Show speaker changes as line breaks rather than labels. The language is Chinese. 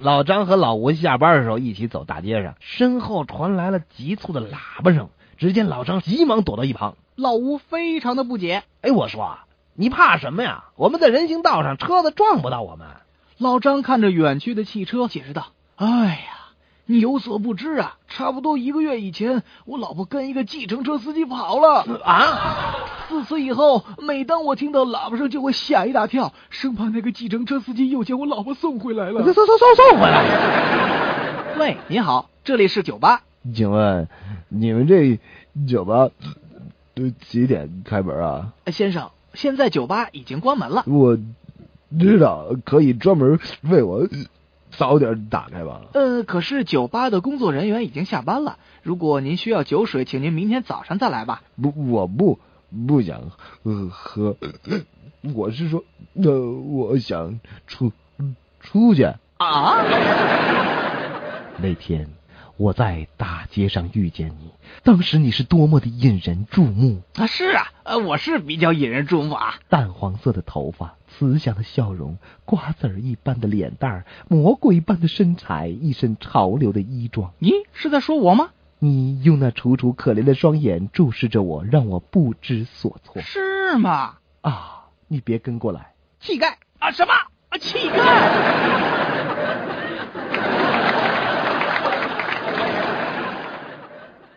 老张和老吴下班的时候一起走大街上，身后传来了急促的喇叭声。只见老张急忙躲到一旁。
老吴非常的不解，
哎，我说啊你怕什么呀？我们在人行道上，车子撞不到我们。
老张看着远去的汽车，解释道：“哎呀，你有所不知啊，差不多一个月以前，我老婆跟一个计程车司机跑了。
啊，
自此以后，每当我听到喇叭声，就会吓一大跳，生怕那个计程车司机又将我老婆送回来
送
了。
送送送回来。”
喂，您好，这里是酒吧。
请问你们这酒吧都几点开门啊？
呃先生，现在酒吧已经关门了。
我知道可以专门为我早点打开吧。
呃，可是酒吧的工作人员已经下班了。如果您需要酒水，请您明天早上再来吧。
不，我不不想呃喝，我是说，呃，我想出出去。
啊！
那天我在大街上遇见你，当时你是多么的引人注目，
啊，是啊，呃，我是比较引人注目啊。
淡黄色的头发，慈祥的笑容，瓜子儿一般的脸蛋儿，魔鬼般的身材，一身潮流的衣装。
咦，是在说我吗？
你用那楚楚可怜的双眼注视着我，让我不知所措
是吗？
啊！你别跟过来，
气概啊？什么？啊，气概？